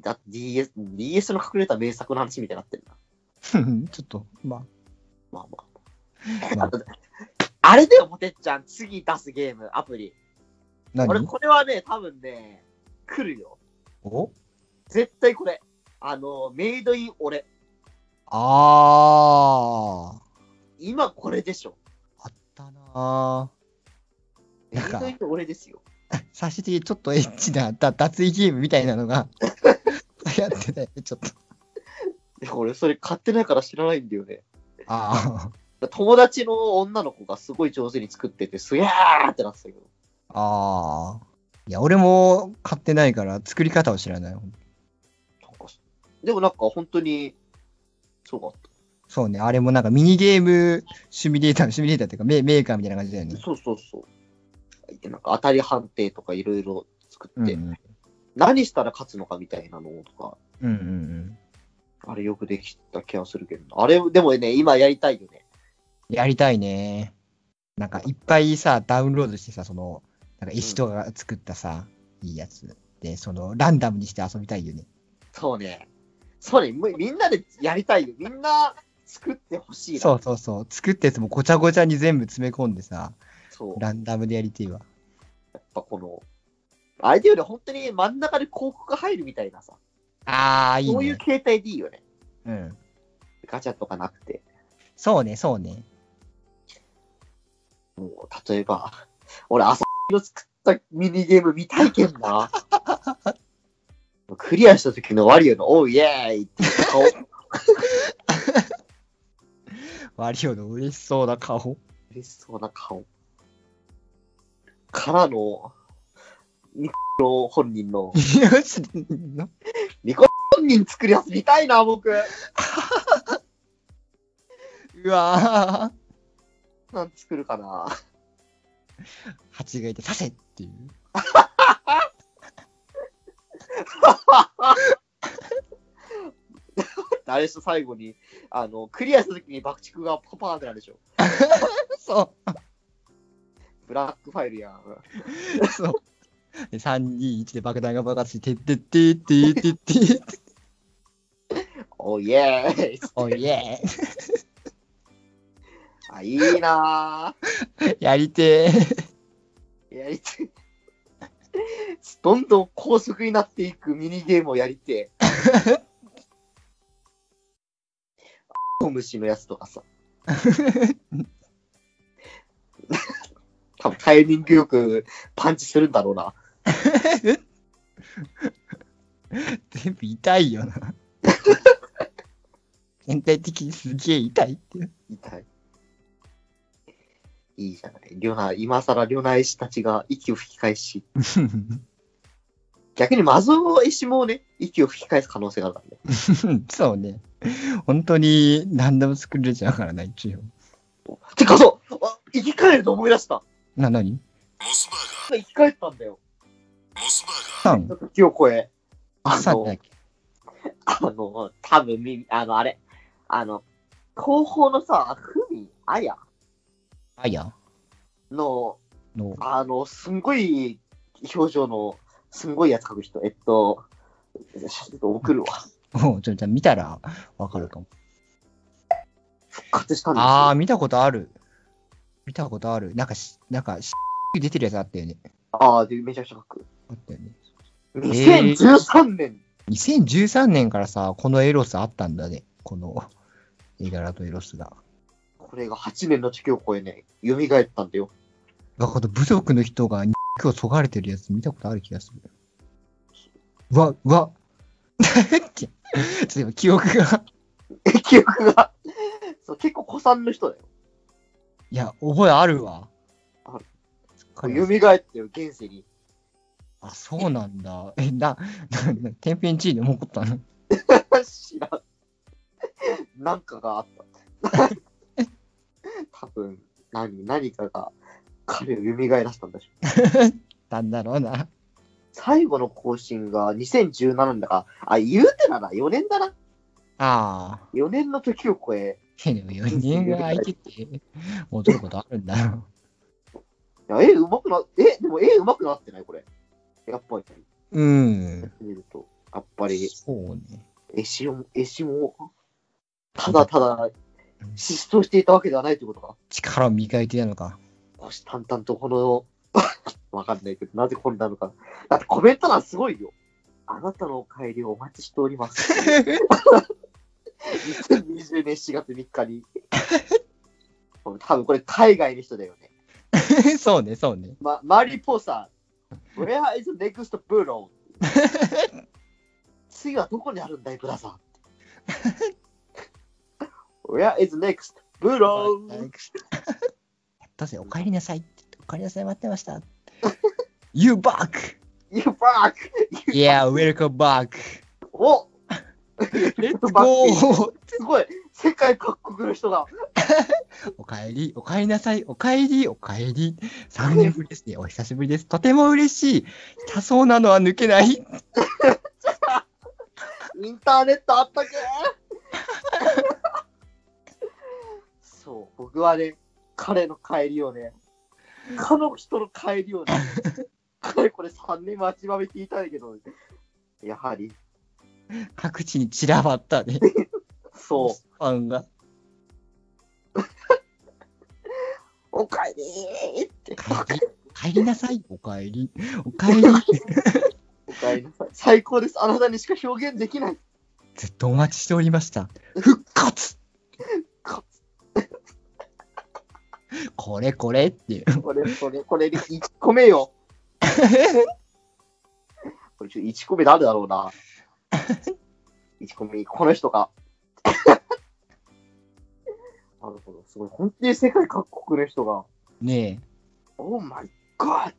だ DS、DS の隠れた名作の話みたいになってるな。ちょっと、ままあまあ、まあ、あ。あれだよ、モテっちゃん。次出すゲーム、アプリ。俺、何これはね、多分ね、来るよ。お絶対これ。あの、メイドイン俺。あー、今これでしょ。あったなー。メなイんかドイ、ン俺ですよ。差し的にちょっとエッチなだ脱衣ゲームみたいなのが 流行ってたよね、ちょっと。で俺、それ買ってないから知らないんだよね。あー、友達の女の子がすごい上手に作ってて、すやーってなってたけど。あー。いや、俺も買ってないから、作り方を知らない。なんかでもなんか本当に、そうだっそうね、あれもなんかミニゲームシミュレーター、シミュレーターっていうかメメーカーみたいな感じだよた。ね。そうそうそう。なんか当たり判定とかいろいろ作うっんうて、ん何したら勝つのかみたいなのとか、うんうんうん。あれよくできた気がするけど、あれ、でもね、今やりたいよね。やりたいね。なんかいっぱいさ、ダウンロードしてさ、その、なんか石とかが作ったさ、いいやつで、その、ランダムにして遊びたいよね。そうね。そうね、みみんなでやりたいよ。みんな作ってほしいな。そうそうそう。作ったやつもごちゃごちゃに全部詰め込んでさ、そう。やランダムでやりてえわ。っぱこの、あれだよね、本当に真ん中で広告が入るみたいなさ、あー、いいね。そういう形態でいいよね。うん。ガチャとかなくて。そうね、そうね。もう、例えば、 俺、朝の作ったミニゲーム未体験な。 クリアした時のワリオの、おう、イエーイっていう顔、ワリオの嬉しそうな顔。嬉しそうな顔。からの、ニコの本人の、よし、なニコ本人作るやつ見たいな、僕。うわー。なん作るかな。 蜂がいて、刺せっていう。あれでしょ、最後に、あの、クリアした時に爆竹がパパーってなるでしょ。そう。ブラックファイルやん。そう。で321で爆弾が爆発して、てってってってってってって、おう、イエーイおいえ、あ、いいなぁ。やりてー やりてえ どんどん高速になっていくミニゲームをやりてえ。 アホ虫のやつとかさ。多分タイミングよくパンチするんだろうな。全部痛いよな。 全体的にすげえ痛いっていう。 痛い。いいじゃない。リョナ、今更リョナ絵師たちが息を吹き返し、逆にマゾ絵師もね、息を吹き返す可能性があるからね。そうね。本当に何でも作れちゃうからな、一応。てかそうあ生き返ると思い出したな、なにモスバー生き返ったんだよ。ガーモスバーサン時を超え。あサンだのっ、けあの、多分み、あの、あれ、あの、後方のさ、ふみあやあやの、の。あの、すんごい表情の、すんごいやつ書く人、えっと、ちょっと送るわ。おうちょ、じゃあ見たらわかるかも。復活したんですよ。あー、見たことある。見たことある。なんかし、なんか、し出てるやつあったよね。あーで、めちゃくちゃ書く。あったよね。ー2013年、 2013年からさ、このエロスあったんだね。この絵柄とエロスが。これが8年の時を超えね、蘇ったんだよ。うわ、この部族の人が 肉をそがれてるやつ見たことある気がする。うわ、うわ。 ちょっと今記憶が。記憶が。そう、結構古参の人だよ。いや、覚えあるわ。あるこれ蘇ってよ、現世に。あ、そうなんだ。え、な、な、な天変地異でも起こったの知らん。なんかがあった。多分何、何かが彼を蘇らせたんだしょう。なんだろうな。最後の更新が2017年だから、あ、言うてなら4年だな。ああ。 4年の時を超え、けど4人が相手って、戻ることあるんだろいや絵うまくな、え、でも絵うまくなってないこれ。やっぱり、う。うん。見ると、やっぱぱり、そうね。絵師も、絵師も、ただただ、失踪していたわけではないということか。力を磨いていたのか。 虎視眈々とこの、 わかんないけど、なぜこれなのか。だってコメント欄すごいよ。あなたのお帰りをお待ちしております。2020年4月3日に。多分これ海外の人だよね。そうね、そうね。ま、マリポーサー、Where is the next Bruno? 次はどこにあるんだい、ブラザー。Where is next や Bruno? っとぜ、お帰りなさいって言ってお帰りなさい、待ってました。you back! You back! Yeah, welcome back! お Let's go! すごい世界各国の人がお帰り、お帰りなさい、お帰り、お帰り。3年ぶりですね、お久しぶりです。とても嬉しい。痛そうなのは抜けない。インターネットあったけそう、僕はね、彼の帰りをね、他の人の帰りをね、かれこれ3年待ちわびていたんだけど、やはり、各地に散らばったね、そう、ファンが。おかえりーって、帰り、帰りなさい、お帰り、お帰り。おかえりなさい。最高です、あなたにしか表現できない。ずっとお待ちしておりました。復活か これこれっていう。これ、これ、これで1個目よ。これちょ1個目誰だろうな。1個目、この人が。なるほど、すごい。本当に世界各国の人が、ねオーマイガー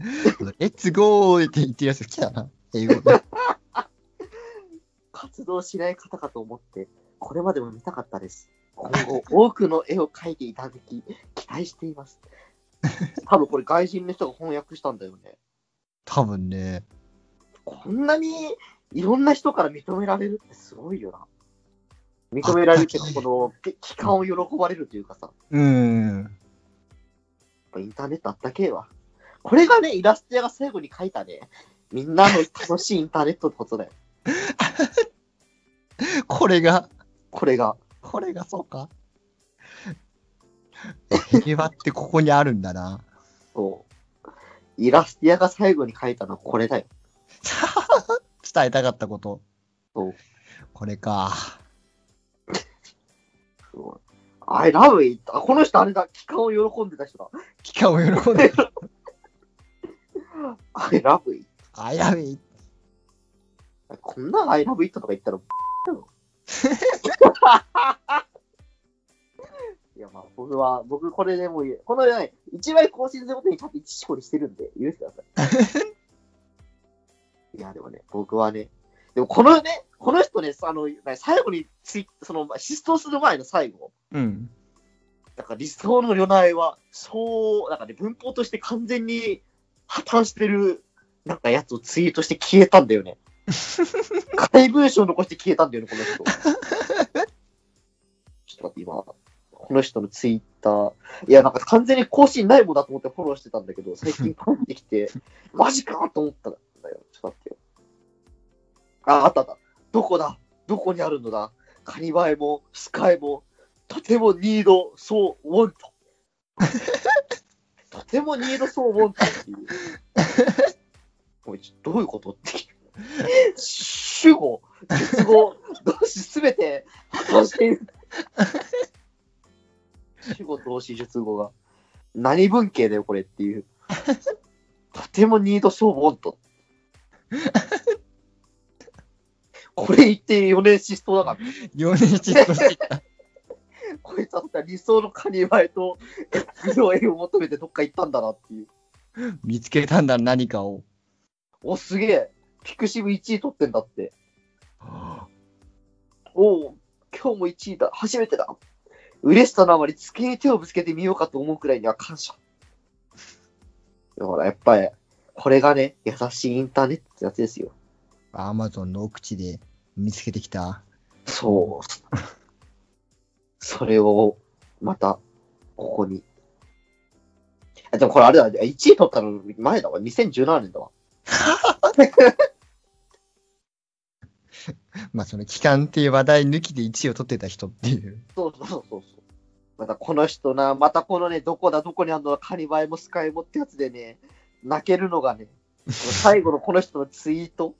え、レッツゴーって言ってるやつ来たな。英語 で。活動しない方かと思って、これまでも見たかったです。今後、多くの絵を描いていただき、期待しています。多分これ、外人の人が翻訳したんだよね。多分ね。こんなにいろんな人から認められるってすごいよな。認められるっていうか、この、期間を喜ばれるというかさ、やっうーん。ぱインターネットあったけえわ。これがね、イラスト屋が最後に書いたね、みんなの楽しいインターネットってことだよ。これが、これが。これがそうか。平和ってここにあるんだな。そう。イラスト屋が最後に書いたのはこれだよ。伝えたかったこと。そうこれか。すごい。I love it. あこの人あれだ。期間を喜んでた人だ。期間を喜ん で。 I love it. あやべえ。こんな I love it とか言ったら、だろいや、まあ、僕は、僕、これでもう、このね、一枚更新することにちゃんと一思考にしてるんで、許してください。いや、でもね、僕はね、でもこのね、この人ね、あの、最後にツイその、失踪する前の最後、うん。なんか理想の旅内は、そう、なんかね、文法として完全に破綻してる、なんかやつをツイートして消えたんだよね。怪文書を残して消えたんだよね、この人。ちょっと待って、今、この人のツイッター、いや、なんか完全に更新ないもんだと思ってフォローしてたんだけど、最近帰ってきて、マジかと思ったんだよ。ちょっと待ってよ。あ、あったあった。どこだどこにあるのだカニバエも、スカイも、とてもニード、そう、ウォント。 とてもニード、そう、ウォントっていう。おい、ちょどういうことっていう。主語、述語、動詞すべて破綻している。主語、動詞、述語が。何文系だよ、これっていう。とてもニード、そう、ウォント。これ言って4年失踪だから。 4年ちっとしてこいつはだったら理想のカニバエと X の絵を求めてどっか行ったんだなっていう。見つけたんだ、何かを。お、すげえ。ピクシブ1位取ってんだって。はおお、今日も1位だ。初めてだ。嬉しさのあまり机に手をぶつけてみようかと思うくらいには感謝。だからやっぱり、これがね、優しいインターネットってやつですよ。あアマゾンの奥地で見つけてきた。そう。それを、また、ここに。あでもこれあれだ、1位取ったの前だわ、2017年だわ。まあその期間っていう話題抜きで1位を取ってた人っていう。そうそうそうそう。またこの人な、またこのね、どこだどこにあんの、カニバエもスカイもってやつでね、泣けるのがね、この最後のこの人のツイート、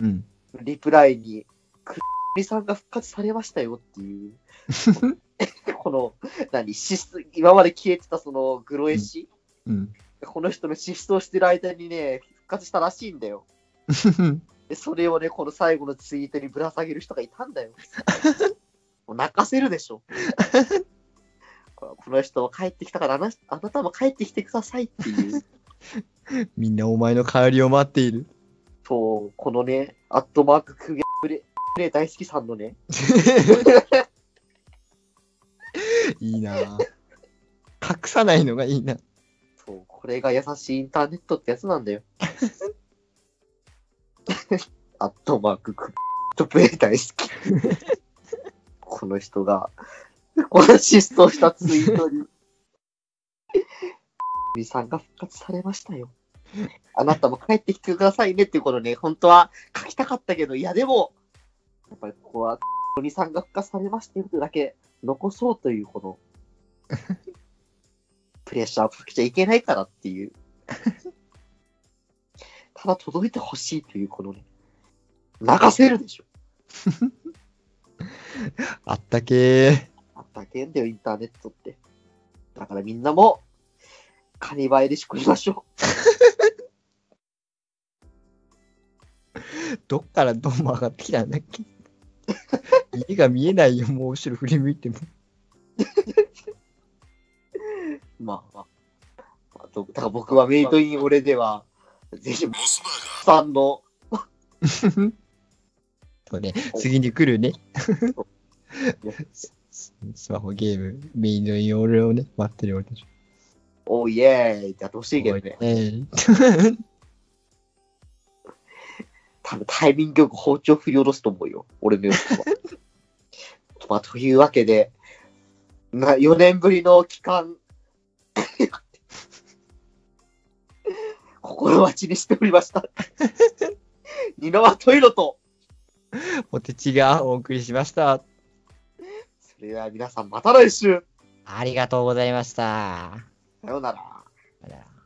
うん。リプライに、くりさんが復活されましたよっていう。 この、何、資質、今まで消えてたそのグロエシ、うん。 この人の資質をしてる間にね、復活したらしいんだよ。で、それをね、この最後のツイートにぶら下げる人がいたんだよ。もう泣かせるでしょ。この人も帰ってきたからあな、あなたも帰ってきてくださいっていう。みんなお前の帰りを待っている。そう、このね、アットマーククゲプレプレ大好きさんのね、いいなぁ隠さないのがいいな。そう、これが優しいインターネットってやつなんだよ。 アットマーククゲプレ大好き。この人が、このシストしたツイートに、みさんが復活されましたよ。あなたも帰ってきてくださいねっていうことね、本当は書きたかったけど、いやでも、やっぱりここは、おにさんが復活されましたよってだけ残そうという、この、プレッシャーをかけちゃいけないからっていう。ただ届いてほしいという、このね、泣かせるでしょ。あったけー。あったけんだよ、インターネットって。だからみんなも、カニバエでしこりましょどっからどうも上がってきたんだっけ家が見えないよ、もう後ろ振り向いても。う。まあまあ。まあどだから僕はメイドイン俺では、ぜひ、モスバーガーさんの、そうね、次に来 るねそ。ススマホゲーム、メインのインオールをね、待ってる俺たち。おーイエーイってやってほしいけどね。え多分タイミングよく包丁振り下ろすと思うよ。俺の予想は。 まあ、というわけで、な4年ぶりの期間、 心待ちにしておりました。 二の輪トイロと、えおてちがお送りしました。それでは皆さんまた来週ありがとうございました。さようなら。さよなら